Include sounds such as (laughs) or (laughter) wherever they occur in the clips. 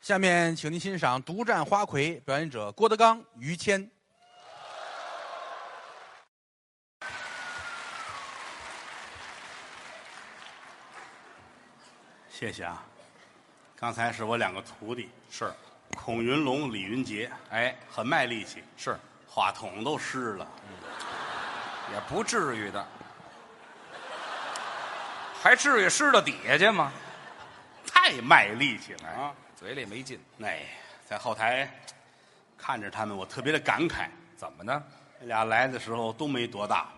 下面，请您欣赏《独占花魁》，表演者郭德纲、于谦。谢谢啊！刚才是我两个徒弟，是孔云龙、李云杰，哎，很卖力气，是嗯话筒都湿了。也不至于的，还至于湿到底下去吗？太卖力气了啊！嘴里没劲，哎，在后台看着他们，我特别的感慨。怎么呢？这俩来的时候都没多大，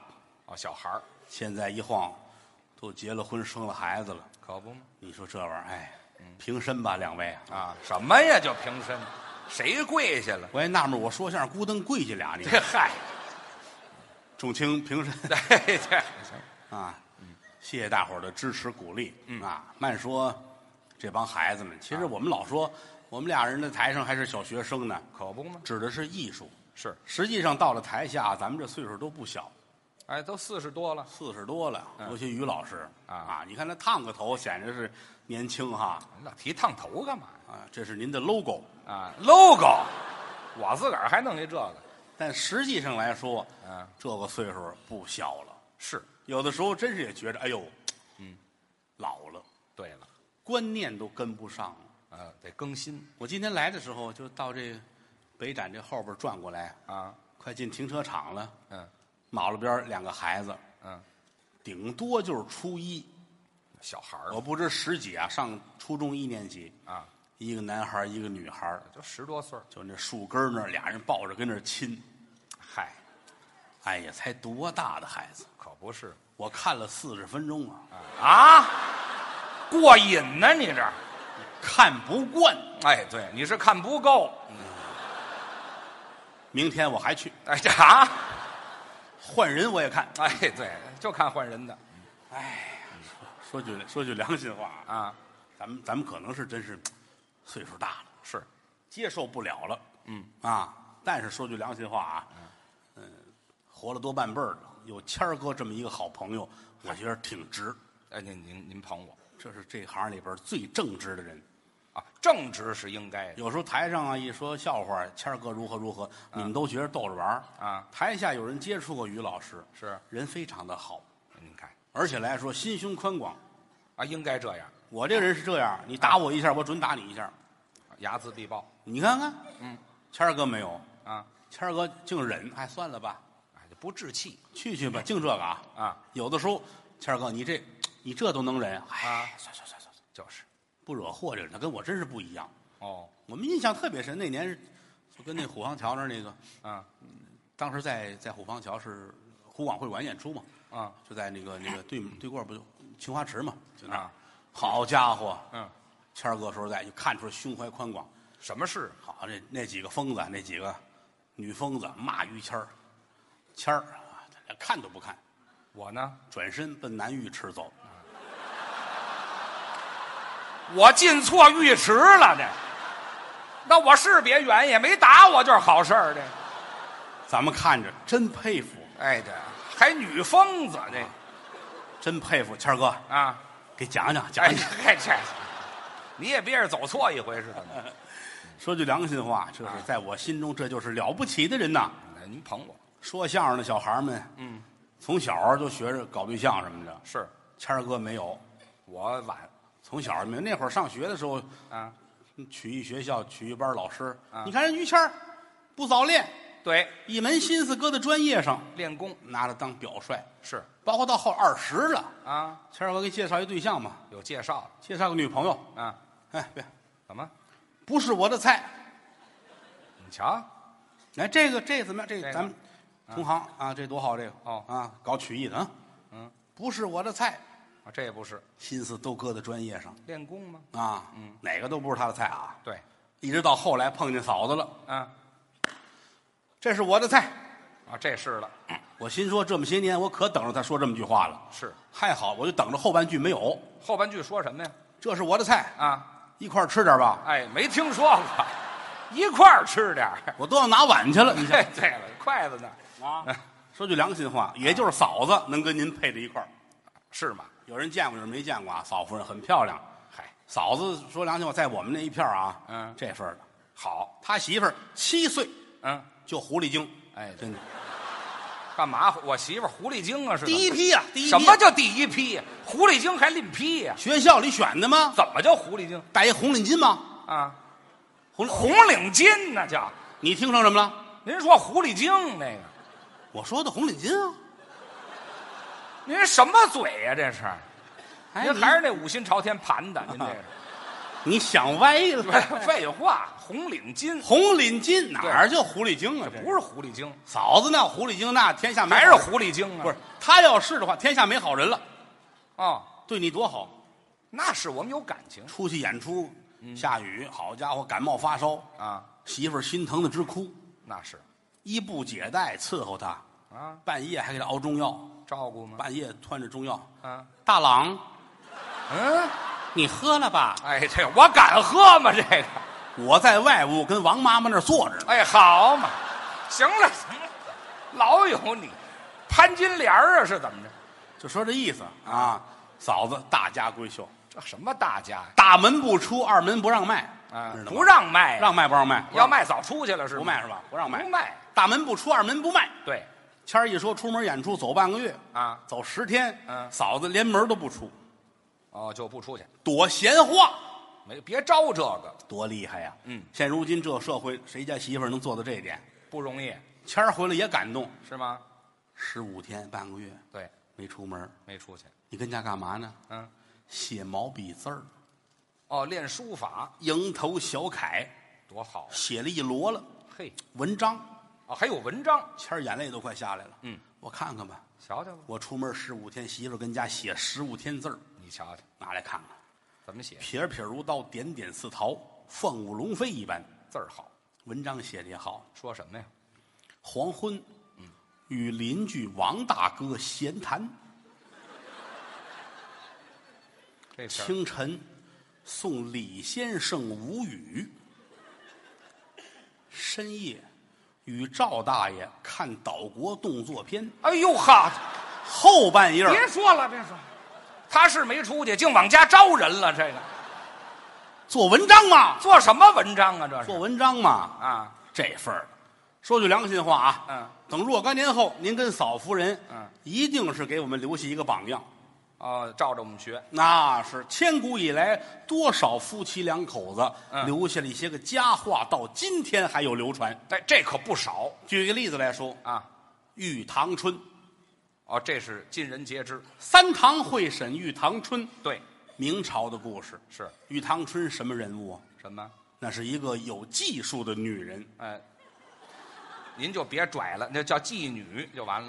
哦，小孩儿现在一晃都结了婚，生了孩子了。可不吗？你说这玩意儿，哎，平身吧，两位啊！嗯啊，什么呀？就平身，谁跪下了？我也纳闷，我说相声咕噔跪下俩，你这 (laughs) 嗨，重轻平 (laughs) 身哎这啊！谢谢大伙儿的支持鼓励嗯啊！慢说这帮孩子们，其啊实我们老说我们俩人在台上还是小学生呢，可不吗？指的是艺术。是，实际上到了台下，咱们这岁数都不小，哎，都四十多了，四十多了，尤其于老师嗯啊你看他烫个头，显着是年轻哈你老提烫头干嘛啊，这是您的 logo，呀？啊，logo，我自个儿还弄一这个，但实际上来说，嗯这个岁数不小了，是，有的时候真是也觉着，哎呦，嗯，老了，对了，观念都跟不上了。呃，得更新我今天来的时候，就到这北展这后边转过来，啊，快进停车场了，嗯马路边儿两个孩子，嗯，顶多就是初一，小孩儿我不知十几啊，上初中一年级，啊，一个男孩儿一个女孩儿，就十多岁儿就那树根儿那儿，俩人抱着跟那儿亲。嗨，哎呀，才多大的孩子！可不是我看了四十分钟啊，啊，过瘾呢、你这，看不惯。哎，对，你是看不够，明天我还去哎这啊，换人，我也看。哎对，就看换人的说句说句良心话啊，啊，咱们咱们可能是真是岁数大了，是接受不了了。嗯啊，但是说句良心话啊，嗯，活了多半辈儿了，有谦儿哥这么一个好朋友，我觉得挺值。哎，您您您捧我这是这行里边最正直的人。啊，正直是应该的，有时候台上啊一说笑话，谦儿哥如何如何，你们都觉得逗着玩儿啊台下有人接触过于老师，是人非常的好，您看而且来说心胸宽广。啊，应该这样，我这个人是这样，你打我一下，我准打你一下。睚眦必报你看看，嗯，谦儿哥没有，啊，谦儿哥净忍，哎，算了吧，哎，就不置气去去吧，净这个啊啊。有的时候，谦儿哥你这你这都能忍，哎，啊，算算算算，算就是不惹祸这人，他跟我真是不一样。哦，我们印象特别深，那年是就跟那虎坊桥那儿那个。啊当时在在虎坊桥是湖广会馆演出嘛，啊就在那个那个对对过儿不就青花池嘛，就那儿。啊好家伙，嗯，谦儿哥说实在就看出胸怀宽广。什么事好，那那几个疯子，那几个女疯子骂于谦儿，谦儿啊他连看都不看，我呢？转身奔男浴池走。我进错浴池了，这。那我是别远，也没打我，就是好事儿。这，咱们看着真佩服，哎，这还女疯子这真佩服，谦儿哥啊！给讲讲讲哎，讲。嗨这，你也别是走错一回似的。说句良心话，这是啊在我心中这就是了不起的人呐。您捧我说相声的小孩儿们，嗯，从小就学着搞对象什么的。是，谦儿哥没有，我晚从小没有。那会儿上学的时候，啊，曲艺学校曲艺班老师，啊你看人于谦儿不早恋，对，一门心思搁在专业上，练功拿着当表率。是包括到后二十了，啊，谦儿哥给介绍一对象嘛，有介绍介绍个女朋友。啊，哎，别，怎么？不是我的菜。你瞧，哎，这个这个怎么样？这这个个咱们同行啊，这多好，这个哦啊，搞曲艺的啊，嗯，不是我的菜，啊这也不是心思都搁在专业上。练功吗？啊，哪个都不是他的菜啊。对，一直到后来碰见嫂子了，啊这是我的菜。啊，这是了，我心说这么些年，我可等着他说这么句话了。是还好，我就等着后半句没有。后半句说什么呀？这是我的菜，啊，一块儿吃点吧。哎，没听说过，一块儿吃 (laughs) 点儿。我都要拿碗去了。你嘿，对了，筷子呢？想 (laughs) 啊，说句良心话，也就是嫂子能跟您配在一块儿。是吗？有人见过，有人没见过啊。嫂夫人很漂亮，嗨，嫂子说良心话，在我们那一片儿啊，嗯这份儿的好。他媳妇儿七岁嗯，就狐狸精，哎真的干嘛？我媳妇儿狐狸精啊，是怎么第一批呀、第一批什啊么叫第一批呀？狐狸精还另批呀？学校里选的吗？怎么叫狐狸精戴一红领巾吗？啊？红领红领巾那叫。你听成什么了？您说狐狸精那个，我说的红领巾啊，您什么嘴呀、这是，哎您你还是那五心朝天盘的，您这是。你想歪了。 (laughs) 对废话，红领 (laughs) 巾红领巾哪儿叫狐狸精啊？这不是狐狸精，嫂子那狐狸精，那天下没 (laughs) 还是好人狐狸精啊？不是他要是的话，天下没好人了。哦，对你多好，那是我们有感情出去演出，下雨，好家伙，感冒发烧，嗯啊，媳妇儿心疼的直哭，那是衣不解带伺候他，啊，半夜还给他熬中药，照顾吗？半夜穿着中药，啊，大郎，嗯，你喝了吧？哎，这我敢喝吗？这个，我在外屋跟王妈妈那儿坐着呢，哎，好嘛，行了行了，老有你，潘金莲儿啊是怎么着？就说这意思啊。嫂子大家闺秀，这什么大家呀？大门不出，二门不让卖，啊知，道吗不让卖呀，让卖不让卖，要卖早出去了是吗不卖是吧？不让卖不，卖，大门不出，二门不卖。对谦儿一说出门演出走半个月啊走十天，嗯嫂子连门都不出，哦，就不出去，躲闲话，没别招这个，多厉害呀！嗯，现如今这社会，谁家媳妇儿能做到这一点？不容易谦儿回来也感动，是吗？十五天半个月对，没出门，没出去，你跟家干嘛呢？嗯，写毛笔字儿，哦，练书法蝇头小楷多好啊，写了一摞了嘿，文章，哦，还有文章，谦儿眼泪都快下来了。嗯，我看看吧，瞧瞧吧，我出门十五天，媳妇儿跟家写十五天字儿，你瞧瞧拿来看看，怎么写，撇儿撇儿如刀，点点似桃，凤舞龙飞一般。字儿好，文章写的也好。说什么呀？黄昏，嗯与邻居王大哥闲谈。这词儿清晨，送李先生吴语。深夜，与赵大爷看岛国动作片。哎呦哈，后半夜儿，别说了，别说了，他是没出去，净往家招人了，这个做文章嘛，做什么文章啊？这做是文章嘛，啊，这份儿。说句良心话啊，嗯，等若干年后，您跟嫂夫人，嗯，一定是给我们留下一个榜样。哦，照着我们学，那是千古以来多少夫妻两口子嗯留下了一些个佳话，到今天还有流传。哎，这可不少举一个例子来说，《啊，玉堂春》哦，这是尽人皆知，三堂会审《玉堂春》，对，明朝的故事。是玉堂春什么人物啊？什么？那是一个有技术的女人，哎，您就别拽了，那叫妓女就完了。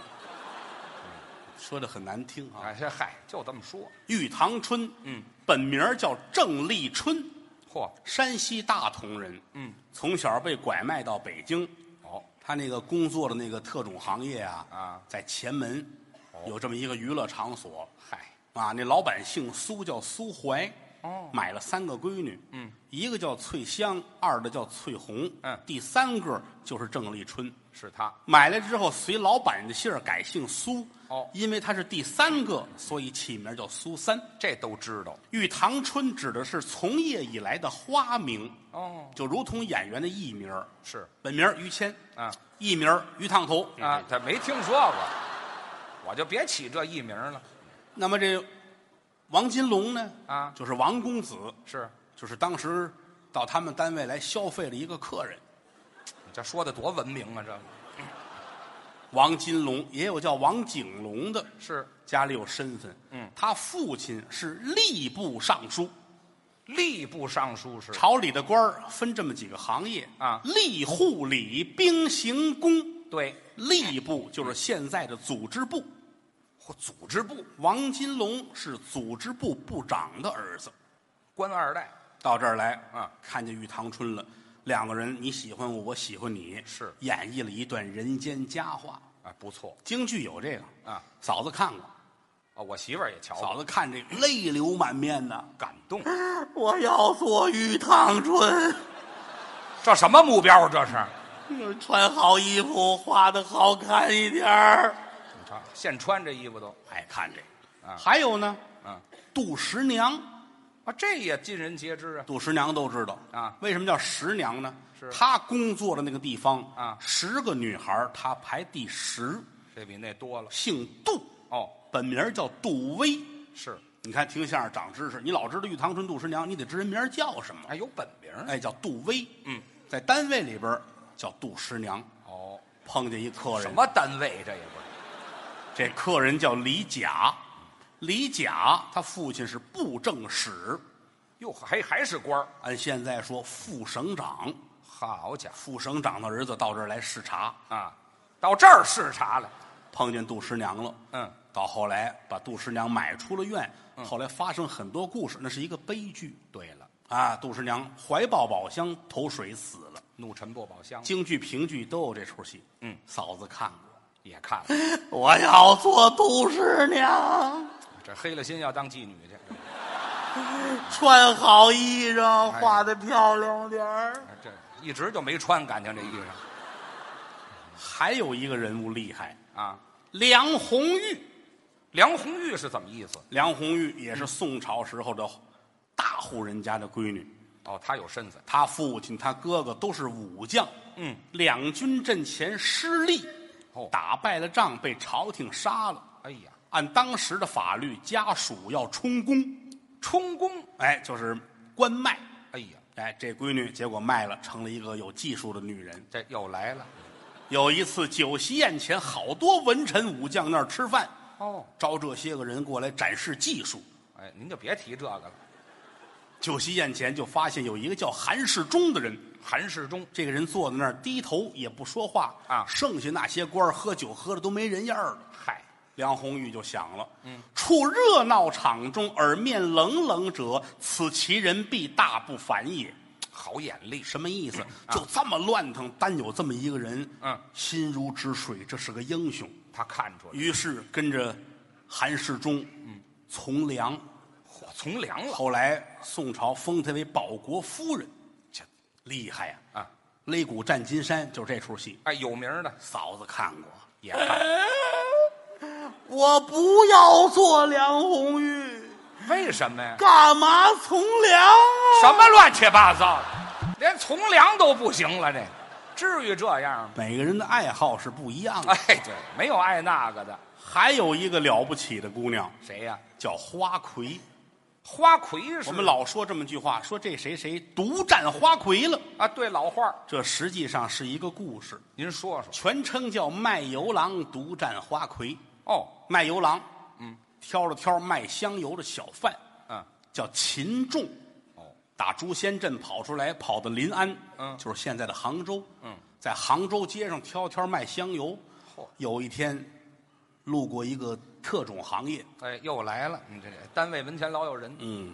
说的很难听啊。哎，这嗨，就这么说。玉堂春，嗯，本名叫郑立春，嚯，山西大同人。嗯，从小被拐卖到北京，哦，他那个工作的那个特种行业啊，啊哦在前门有这么一个娱乐场所嗨，啊，那老板姓苏，叫苏怀，哦买了三个闺女，嗯，一个叫翠香，二的叫翠红，嗯第三个就是郑立春。是他，买来之后，随老板的姓儿改姓苏，哦因为他是第三个，所以起名叫苏三。这都知道。玉堂春指的是从业以来的花名，哦，就如同演员的艺名儿，是本名儿于谦，啊艺名儿于烫头啊，他没听说过，我就别起这艺名了。那么这王金龙呢？啊就是王公子，是，就是当时到他们单位来消费的一个客人。你这说的多文明啊，这个王金龙也有叫王景龙的，是家里有身份。嗯，他父亲是吏部尚书，吏部尚书是朝里的官儿分这么几个行业啊吏、护理、兵、刑、工。对，吏部就是现在的组织部，或组织部王金龙是组织部部长的儿子。官二代到这儿来啊，看见玉堂春了，两个人你喜欢我，我喜欢你，是演绎了一段人间佳话。啊，不错京剧有这个啊，嫂子看过，啊，我媳妇儿也瞧嫂子过，看这泪流满面呐。感动。我要做玉堂春，这什么目标啊？这是穿好衣服，画的好看一点儿。你瞧，现穿这衣服都爱看这啊个，还有呢，嗯，杜十娘，啊，这也尽人皆知啊。杜十娘都知道啊为什么叫十娘呢？是她工作的那个地方啊十个女孩儿她排第十，这比那多了姓杜，哦，本名儿叫杜威。是，你看听相声长知识，你老知道玉堂春、杜十娘，你得知人名儿叫什么？哎，有本名儿哎，叫杜威。嗯，在单位里边儿叫杜十娘。哦，碰见一客人，什么单位这也不是这客人叫李甲，李甲他父亲是布政使，哟，还还是官儿按现在说副省长。好家副省长的儿子到这儿来视察，伙啊，到这儿视察了，碰见杜十娘了。嗯，到后来把杜十娘买出了院，后来发生很多故事，那是一个悲剧对了，啊！杜十娘怀抱宝箱投水死了，怒沉不宝箱京剧、评剧都有这出戏。嗯，嫂子看过，也看了， (laughs) 我要做杜十娘，这黑了心要当妓女去，穿好衣裳，哎画的漂亮点儿。这这一直就没穿，感情这衣裳还有一个人物厉害，啊。梁红玉。梁红玉是怎么意思？梁红玉也是宋朝时候的大户人家的闺女。哦，她有身份，他父亲、他哥哥都是武将，嗯，两军阵前失利，哦打败了仗，被朝廷杀了。哎呀，按当时的法律，家属要充公，充公，哎，就是官卖。哎呀，哎，这闺女结果卖了，成了一个有技术的女人。这又来了，有一次酒席宴前，好多文臣武将那儿吃饭，哦，招这些个人过来展示技术。哎，您就别提这个了，酒席宴前就发现有一个叫韩世忠的人，韩世忠，这个人坐在那儿低头也不说话啊剩下那些官儿喝酒喝的都没人样儿了。嗨，梁红玉就想了，嗯，处热闹场中耳面冷冷者，此其人必大不凡也。好眼力，什么意思？就这么乱腾，单有这么一个人，啊嗯，心如止水，这是个英雄。他看出来，于是跟着韩世忠，嗯，从良。嚯，从良了，后来宋朝封她为保国夫人，这厉害呀、啊，擂鼓战金山就是这出戏， (laughs) 哎，有名儿的嫂子看过。也看，哎我不要做梁红玉，为什么呀？干嘛从良啊？什么乱七八糟的，连从良都不行了，这至于这样吗？每个人的爱好是不一样的。 (laughs) 哎，对，没有爱那个的，还有一个了不起的姑娘谁呀、叫花魁，花魁是我们老说这么句话，说这谁谁独占花魁了。啊，对老话儿这实际上是一个故事，您说说全称叫卖油郎独占花魁。哦，卖油郎，嗯，挑了挑卖香油的小贩，嗯，叫秦仲，哦，打诛仙阵跑出来，跑到临安，嗯就是现在的杭州，嗯，在杭州街上挑挑卖香油嚯。有一天，路过一个特种行业，哎，又来了，你这这单位门前老有人，嗯，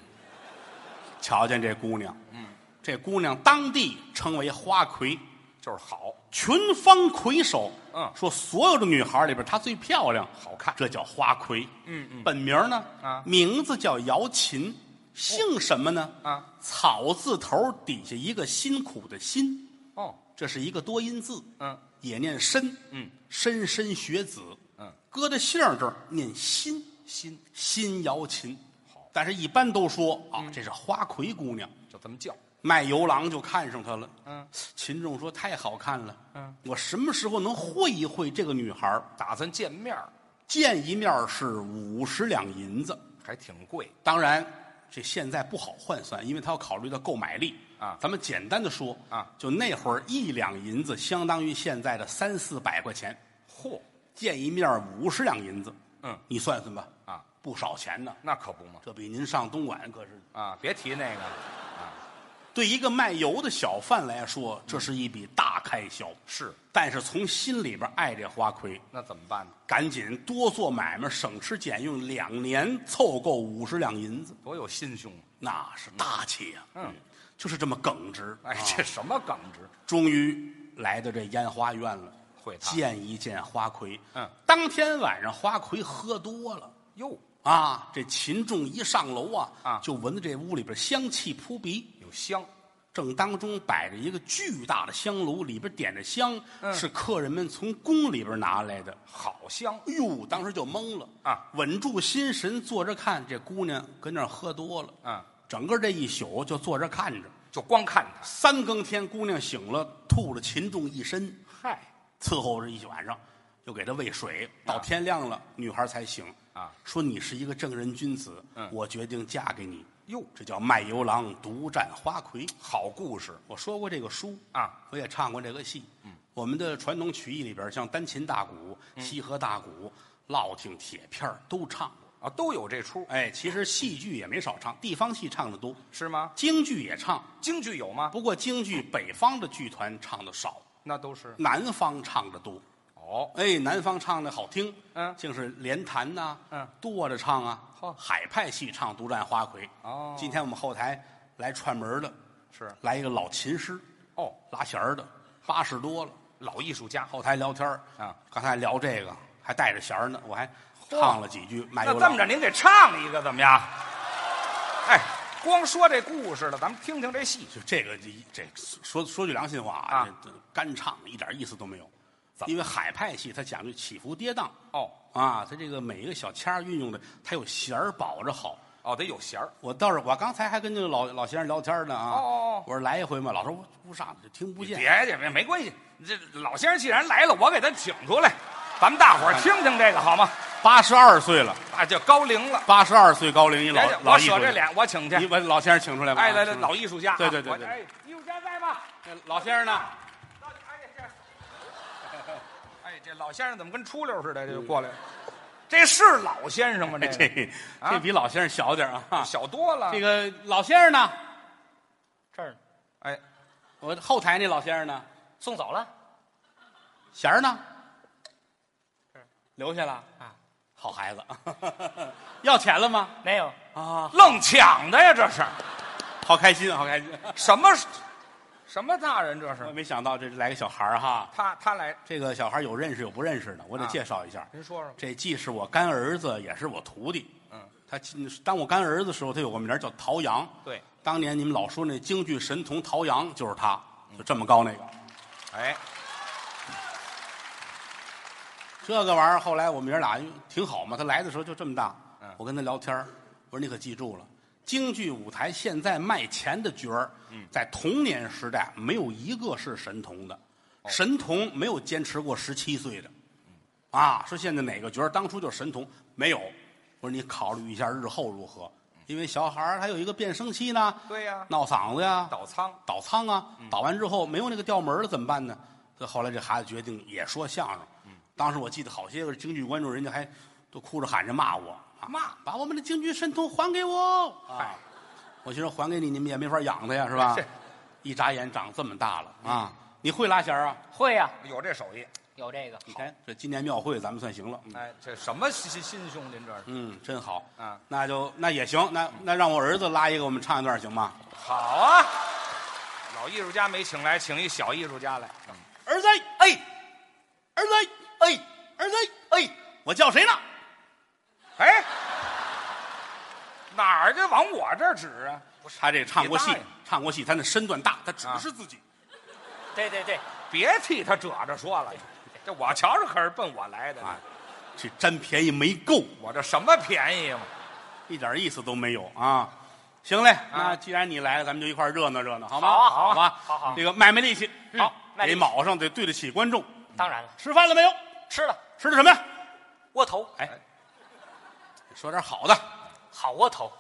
瞧见这姑娘，嗯，这姑娘当地称为花魁，就是好，群芳魁首，嗯说所有的女孩里边她最漂亮，好看这叫花魁。嗯嗯，本名呢？啊名字叫姚琴，姓什么呢？啊，草字头底下一个辛苦的辛，哦，这是一个多音字，嗯，也念申，嗯，莘莘学子，嗯，搁在姓儿这儿念辛，心辛姚琴。好，但是一般都说啊，嗯这是花魁姑娘。就这么叫，卖油郎就看上她了。嗯，秦仲说太好看了。嗯，我什么时候能会一会这个女孩儿？打算见面儿见一面儿是五十两银子，还挺贵，当然这现在不好换算，因为他要考虑到购买力啊咱们简单的说啊，就那会儿一两银子相当于现在的三四百块钱，嚯，见一面五十两银子。嗯，你算算吧，啊，不少钱呢。那可不嘛，这比您上东莞可是啊，别提那个了，对一个卖油的小贩来说，这是一笔大开销。是，但是从心里边爱这花魁，那怎么办呢？赶紧多做买卖，省吃俭用，两年凑够五十两银子，多有心胸，啊那是大气呀、嗯，就是这么耿直。哎啊，这什么耿直？终于来到这烟花院了，会他见一见花魁。嗯，当天晚上花魁喝多了哟，啊，这秦仲一上楼啊，啊就闻着这屋里边香气扑鼻。有香，正当中摆着一个巨大的香炉，里边点着香，嗯是客人们从宫里边拿来的。好香，哎呦，当时就懵了啊！稳住心神，坐着看，这姑娘跟那儿喝多了，啊，整个这一宿就坐着看着，就光看他。三更天姑娘醒了，吐了秦仲一身，嗨，伺候着一晚上，又给她喂水，到天亮了，女孩才醒啊，说你是一个正人君子，嗯我决定嫁给你，哟，这叫卖油郎独占花魁。好故事我说过这个书啊，我也唱过这个戏。嗯，我们的传统曲艺里边，像单琴大鼓、西河大鼓、烙挺、铁片儿都唱过。啊，都有这出哎，其实戏剧也没少唱，地方戏唱的多，是吗？京剧也唱，京剧有吗？不过京剧北方的剧团唱的少，那都是南方唱的多。哦，哎，南方唱的好听，嗯竟是连弹呐、嗯，剁着唱啊，嚯海派戏唱独占花魁。哦今天我们后台来串门的，是来一个老琴师，哦，拉弦儿的，八十多了，老艺术家，后台聊天儿啊，刚才聊这个还带着弦儿呢，我还嚯唱了几句。卖那油这郎么着，您给唱一个怎么样？哎，光说这故事了，咱们听听这戏。就这个这这说说句良心话啊这这干唱一点意思都没有，怎么因为海派戏它讲究起伏跌宕哦啊，它这个每一个小腔儿运用的，它有弦儿保着好。哦，得有弦儿我倒是我刚才还跟那个老老先生聊天呢啊，哦哦哦我说来一回嘛，老头说不上就听不见，别别别，没关系。这老先生既然来了，我给他请出来，咱们大伙儿听听这个好吗？八十二岁了，啊，就高龄了。八十二岁高龄一老别介老我艺舍术这家，脸，我请去你。把老先生请出来吧，哎，啊来来，请出老艺术家啊，对对对我对哎，艺术家在吗？ (laughs) 哎老先生呢？到底哎这哎，这老先生怎么跟出溜似的？这就过来了，这是老先生吗？嗯哎这这啊这比老先生小点儿啊，小多了。这个老先生呢？这儿呢哎，我后台那老先生呢？送走了，弦儿呢这儿？留下了啊，好孩子， (laughs) 要钱了吗？没有，啊，哎愣抢的呀，这是好开心，啊好开 (laughs) 心！什么什么大人？这我是没想到这来个小孩儿哈，他他来，这个小孩儿有认识有不认识的，我得啊介绍一下。您说说。这既是我干儿子，也是我徒弟。嗯，他亲当我干儿子的时候，他有个名儿叫陶阳。对，当年你们老说那京剧神童陶阳就是他，就这么高那个。哎，这个玩意儿后来我们爷俩挺好嘛，他来的时候就这么大。嗯我跟他聊天儿我说你可记住了，京剧舞台现在卖钱的角儿，嗯在童年时代没有一个是神童的，哦神童没有坚持过十七岁的。嗯啊，说现在哪个角儿当初就是神童没有？我说你考虑一下日后如何，因为小孩儿还有一个变声期呢，嗯对呀，闹嗓子呀，倒仓倒仓啊，倒完之后没有那个调门儿了怎么办呢？这后来这孩子决定也说相声。当时我记得好些个京剧观众，人家还都哭着喊着骂我，啊骂把我们的京剧神童还给我！嗨啊，我寻思还给你，你们也没法养他呀，是 (laughs) 吧是？一眨眼长这么大了啊！你会拉弦儿啊？会呀、有这手艺。有这个你看这今年庙会咱们算行了，哎，这什么心心胸？您这是嗯，真好啊！那就那也行，那那让我儿子拉一个，我们唱一段行吗？好啊！老艺术家没请来，请一小艺术家来。儿子，哎，儿子，哎，儿子，哎，我叫谁呢？哎， (laughs) 哪儿就往我这儿指啊？他这唱过戏你大爷，唱过戏，他那身段大，他指啊的是自己。对对对，别替他褶着说了，这我瞧着可是奔我来的，啊这占便宜没够，我这什么便宜嘛？一点意思都没有啊！行嘞，那既然你来了，咱们就一块儿热闹热闹，好吗？好啊好好啊吧，好好这个卖卖力气，嗯好，卖力得气卯上，得对得起观众。当然了，吃饭了没有？吃了吃的什么呀？窝头，哎，说点好的，好窝头，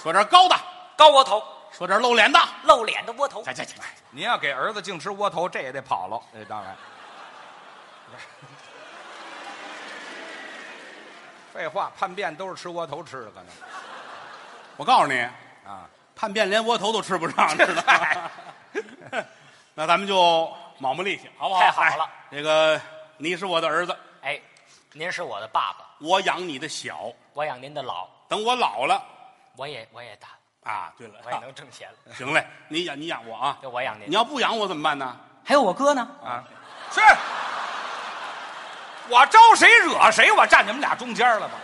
说点高的，高窝头，说点露脸的。露脸的窝头去，去去！您要给儿子净吃窝头，这也得跑了。呃这当然。 (laughs) 废话，叛变都是吃窝头吃的，可能我告诉你，啊。叛变连窝头都吃不上，知道吗？ (laughs) 那咱们就卯磨力气，好不好？太好了来这个你是我的儿子，哎，您是我的爸爸，我养你的小，我养您的老，等我老了我也我也大，啊，对了，我也能挣钱 (laughs) (laughs) 了，行嘞，你养你养我啊，就我养您你。要不养我怎么办呢？还有我哥呢，啊，是，我招谁惹谁，我站你们俩中间了吧？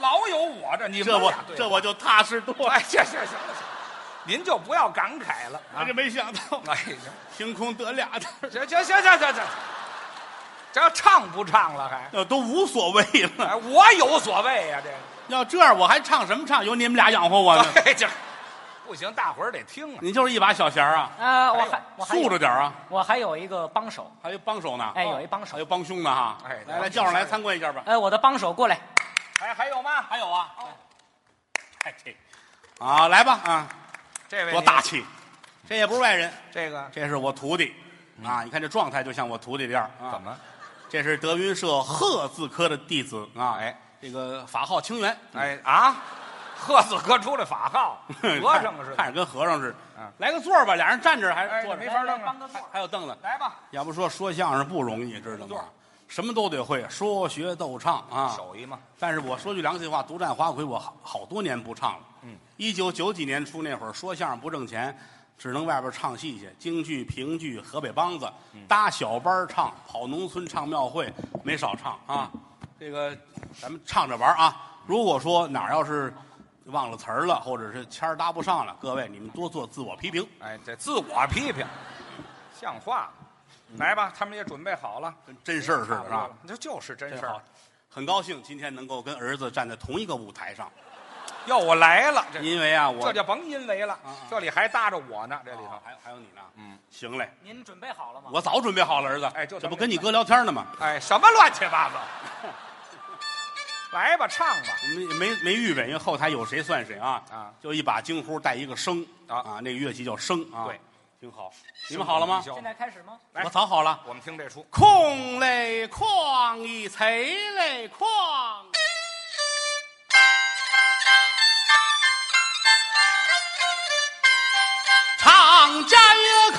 老有我这，你们这我俩对这我就踏实多了 (laughs) 哎，。行行行行，您就不要感慨哎了啊！ (laughs) 这没想到哎，凭行空得俩字儿，行行行行行行，这唱不唱了 (laughs) 还？呃，都无所谓了。哎，我有所谓啊呀、要这样，我还唱什么唱？有你们俩养活我这呢个。哎，这不行，大伙儿得听啊。你就是一把小弦儿啊，啊，我还我还有素着点儿啊，我还有一个帮手，还有帮手呢，哎，有一帮还手有，帮凶呢哈。哎来来，叫上来参观一下吧。哎，我的帮手过来，哎，还有吗？还有啊，哎这，啊，来吧啊，这位多您大？气，这也不是外人，这个这是我徒弟啊。你看这状态就像我徒弟这样啊。嗯怎么？这是德云社贺字科的弟子啊，哎，这个法号清源，哎啊，贺子哥出来法号，和尚 (laughs) 似看的。着跟和尚似嗯的。来个座儿吧，俩人站着还哎是坐着没，法弄来帮个了。座，还有凳子。来吧，要不说说相声不容易，知道吗？什么都得会，说学逗唱啊。手艺嘛。但是我说句良心话，独占花魁我好好多年不唱了。嗯，一九九几年初那会儿，说相声不挣钱，只能外边唱戏去，京剧、评剧、河北梆子，嗯搭小班儿唱，跑农村唱庙会，没少唱啊。这个嗯咱们唱着玩儿啊。如果说哪儿要是忘了词儿了，或者是腔儿搭不上了，各位你们多做自我批评。哎，这自我批评，像话吗？来吧，他们也准备好了，跟真事儿似的，差嗯不是多吧了？，这就是真真事儿好。，很高兴今天能够跟儿子站在同一个舞台上，要我来了，这因为啊，我这就甭因为了，这里还搭着我呢，这里头啊啊。还有还有你呢，嗯，行嘞，您准备好了吗？我早准备好了，儿子，哎就这咱们不跟你哥聊天呢吗？哎，什么乱七 (laughs) 八糟？来吧，唱吧。没没没预备，因为后台有谁算谁啊啊就一把京胡带一个笙啊那个乐器叫笙啊，对，挺好，你们好了吗？笙啊现在开始吗？来我早好了，我们听这出，空嘞哐一贼嘞哐，厂家一口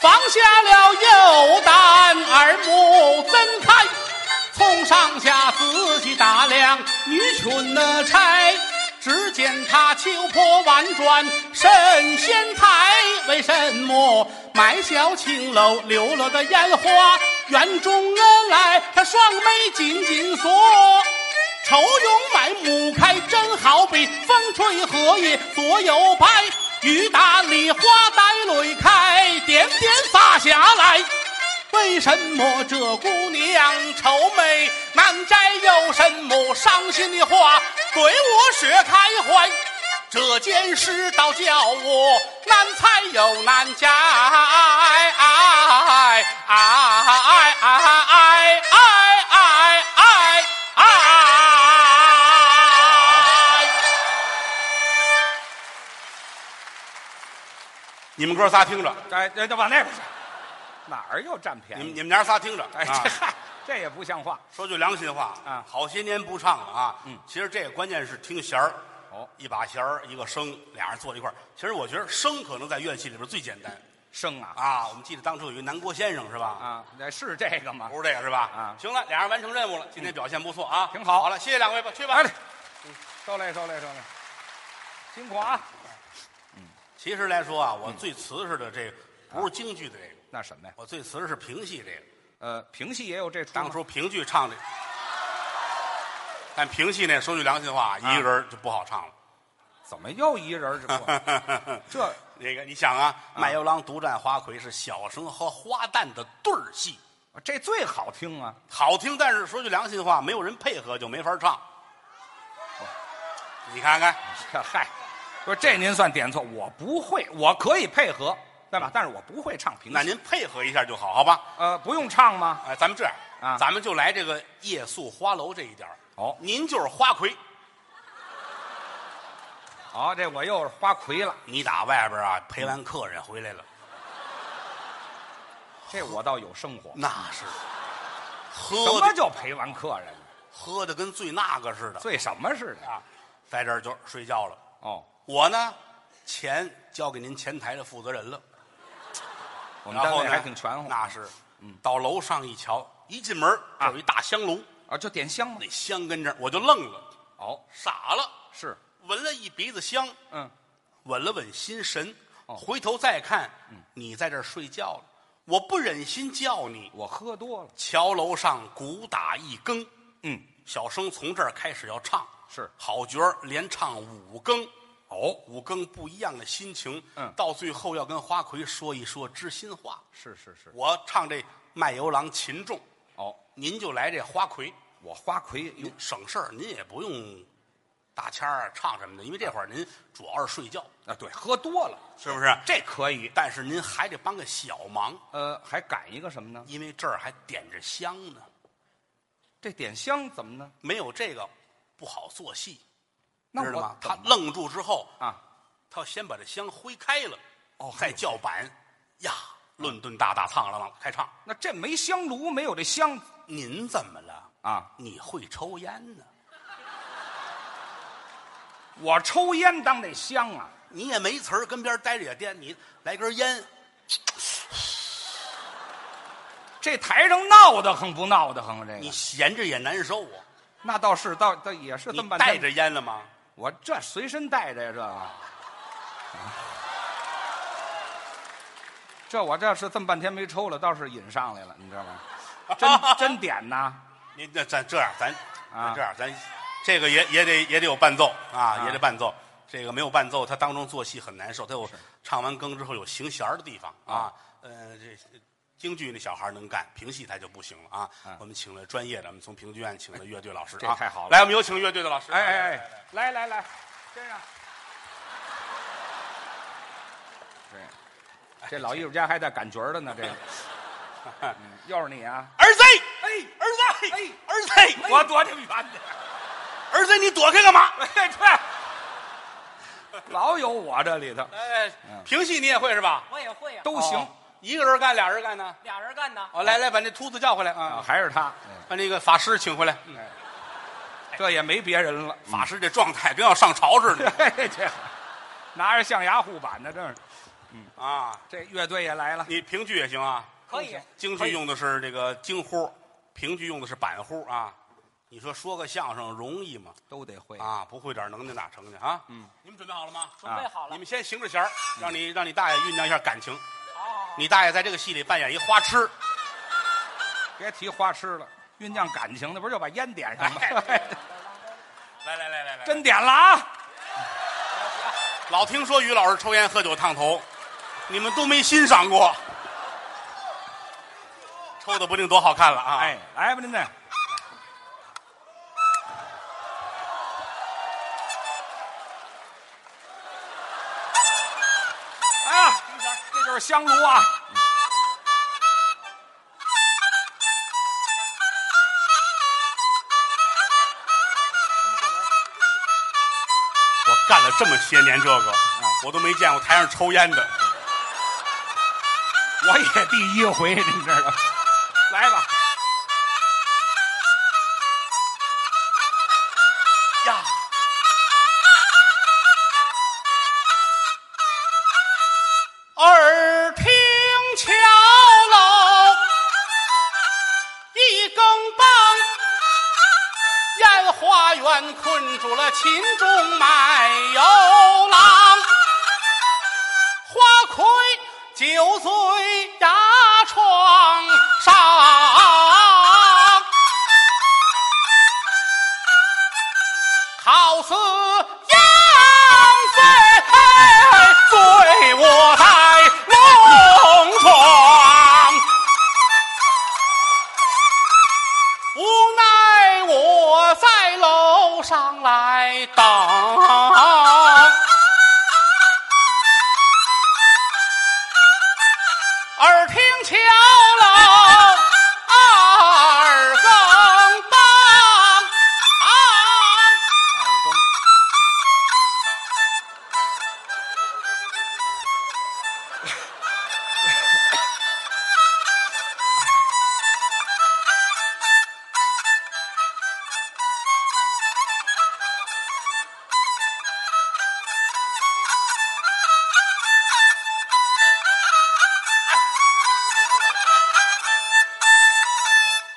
放下了油胆耳目睁开，从上下仔细打量女裙的钗。只见她秋波婉转神仙态，为什么买小青楼流落的烟花园中而来？她双眉紧紧锁，愁容满目开，真好比风吹荷叶左右摆，雨打梨花带泪开，点点洒下来。为什么这姑娘愁眉难摘？有什么伤心的话对我说开怀？这件事倒叫我难猜又难解。哎哎哎哎哎哎哎哎！你们哥仨听着，哎，这就往那边去。哪儿又占便你们宜？你们娘仨听着，哎，啊这嗨，这也不像话。说句良心话啊好些年不唱了啊。嗯，其实这个关键是听弦儿。哦一把弦儿，一个笙，俩人坐一块儿。其实我觉得笙可能在乐器里边最简单生啊啊。我们记得当初有一南郭先生是吧？啊，那是这个吗？不是这个是吧？啊嗯行了，俩人完成任务了，今天表现不错啊，挺好好了，谢谢两位吧，去吧。哎，受累受累受累，辛苦啊。其实来说啊，嗯我最瓷实的这个不是京剧的这个，那什么呀？我最瓷实是评戏这个。呃，评戏也有这出吗。当初评剧唱的，但评戏呢，说句良心啊话，一个人就不好唱了。怎么又一人儿这 (laughs) 不这那个，你想啊，卖油郎独占花魁是小生和花旦的对儿戏，这最好听啊！好听，但是说句良心话，没有人配合就没法唱。你看看，这嗨，说这您算点错，我不会，我可以配合，对吧？但是我不会唱评那戏。您配合一下就好，好吧？呃，不用唱吗？哎，咱们这样，啊咱们就来这个夜宿花楼这一点儿哦您就是花魁，好、这我又是花魁了，你打外边啊陪完客人回来了，这我倒有生活。那是什喝么的叫陪完客人？喝的跟醉那个似的最什么似的？啊，在这儿就睡觉了。哦，我呢，钱交给您前台的负责人了。我们然单后位呢，还挺嗯全乎那是，到楼上一瞧，一进门啊有一大香炉，啊，就点香吗？那香跟这儿，我就愣了，哦，傻了，是，闻了一鼻子香，嗯，稳了稳心神，哦嗯回头再看，你在这儿睡觉了，我不忍心叫你。我喝多了，桥楼上鼓打一更，嗯，小生从这儿开始要唱，是好角儿连唱五更。哦，五更不一样的心情，嗯到最后要跟花魁说一说知心话。是是是，我唱这卖油郎秦仲，哦，您就来这花魁，我花魁哟您省事儿，您也不用打腔儿啊、唱什么的，因为这会儿您主要是睡觉，啊，对，喝多了，是不是？这可以。但是您还得帮个小忙，呃，还赶一个什么呢？因为这儿还点着香呢，这点香怎么呢？没有这个不好做戏，那知道吗我？他愣住之后，啊，他要先把这香挥开了，哦还再有叫板呀，伦敦大大唱了吗？开唱，那这没香炉，没有这香您怎么了？啊，你会抽烟呢？我抽烟当这香啊，你也没词儿，跟边儿待着也颠，你来根哎烟，这台上闹得很不闹得很啊？这个你闲着也难受啊。那倒是，倒倒也是这你么半天带着烟了吗？我这随身带着呀，这个啊这我这是这么半天没抽了，倒是瘾上来了，你知道吗？ (laughs) 真真点呐！您那咱这样，咱啊咱这样，咱这个也也得也得有伴奏啊，也得伴奏。这个没有伴奏，他当中做戏很难受。他有唱完更之后有行弦儿的地方啊啊，呃，这京剧那小孩儿能干，评戏他就不行了啊嗯。我们请了专业的，我们从评剧院请了乐队老师啊，这太好了来，我们有请乐队的老师。哎哎哎，来来来，先生，这这老艺术家还在赶角儿的呢，这个，嗯又是你啊！儿子， (laughs) 哎，儿子，哎儿子，我躲这么远的，儿子，你躲开干嘛？ (laughs) 哎，对，老有我这里头，哎，嗯评戏你也会是吧？我也会啊，都行哦，一个人干，俩人干呢？俩人干的。哦，来来，把那秃子叫回来啊啊！还是他，把那个法师请回来。这也没别人 (laughs) 了。法师这状态跟要上朝似 (laughs) 的嘿哎这拿着象牙护板呢，这是啊！这乐队也来了。你评剧也行啊，可以京剧用的是这个京呼，评剧用的是板呼啊。你说说个相声容易吗？都得会啊，不会点能耐哪成去啊？嗯，你们准备好了吗？准备好了你们先行着弦儿让你让你大爷酝酿一下感情。好好好，你大爷在这个戏里扮演一花痴，别提花痴了，酝酿感情的不是就把烟点上吗？来来来来来， (laughs) 真点了啊！老听说于老师抽烟喝酒烫头，你们都没欣赏过，抽的不定多好看了啊！哎，来吧您这，哎呀，这就是香炉啊！我干了这么些年这个，我都没见过台上抽烟的。我也第一回，你知道吗？来吧，呀，耳听桥楼一更棒，烟花园困住了秦中卖油郎，花魁酒醉牙床上。好似杨妃醉卧在龙床，无奈我在楼上来等，耳听桥楼二更棒。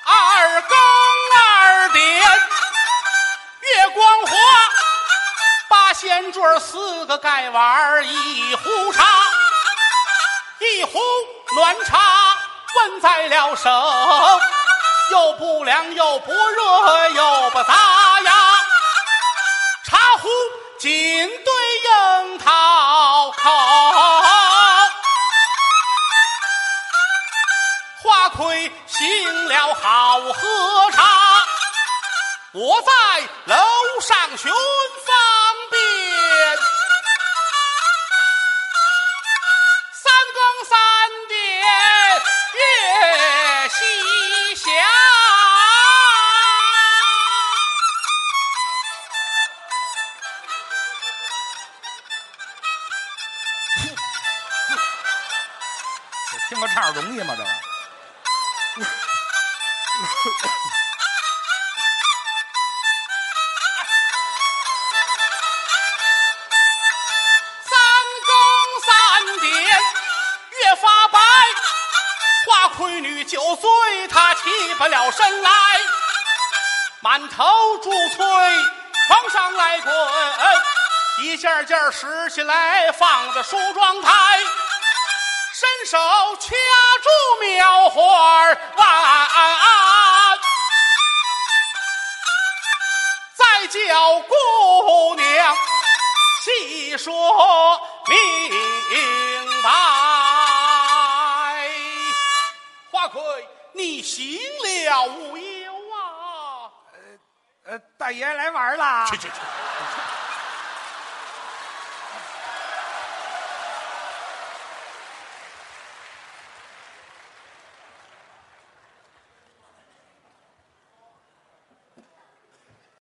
二更二点，月光华，八仙坠儿四个盖碗儿一壶茶，一壶暖茶温在了手，又不凉又不热又不杂呀，茶壶紧对樱桃口。花魁行了好我在楼上寻方便，三更三点夜西斜。听个唱容易吗？这玩意儿三更三点，越发白。花魁女九岁，她起不了身来，满头珠翠往上来滚，一件件拾起来放在梳妆台，伸手掐住棉花儿挽。再叫姑娘细说明白。花魁，你行了无忧啊？呃，大爷来玩啦！去去，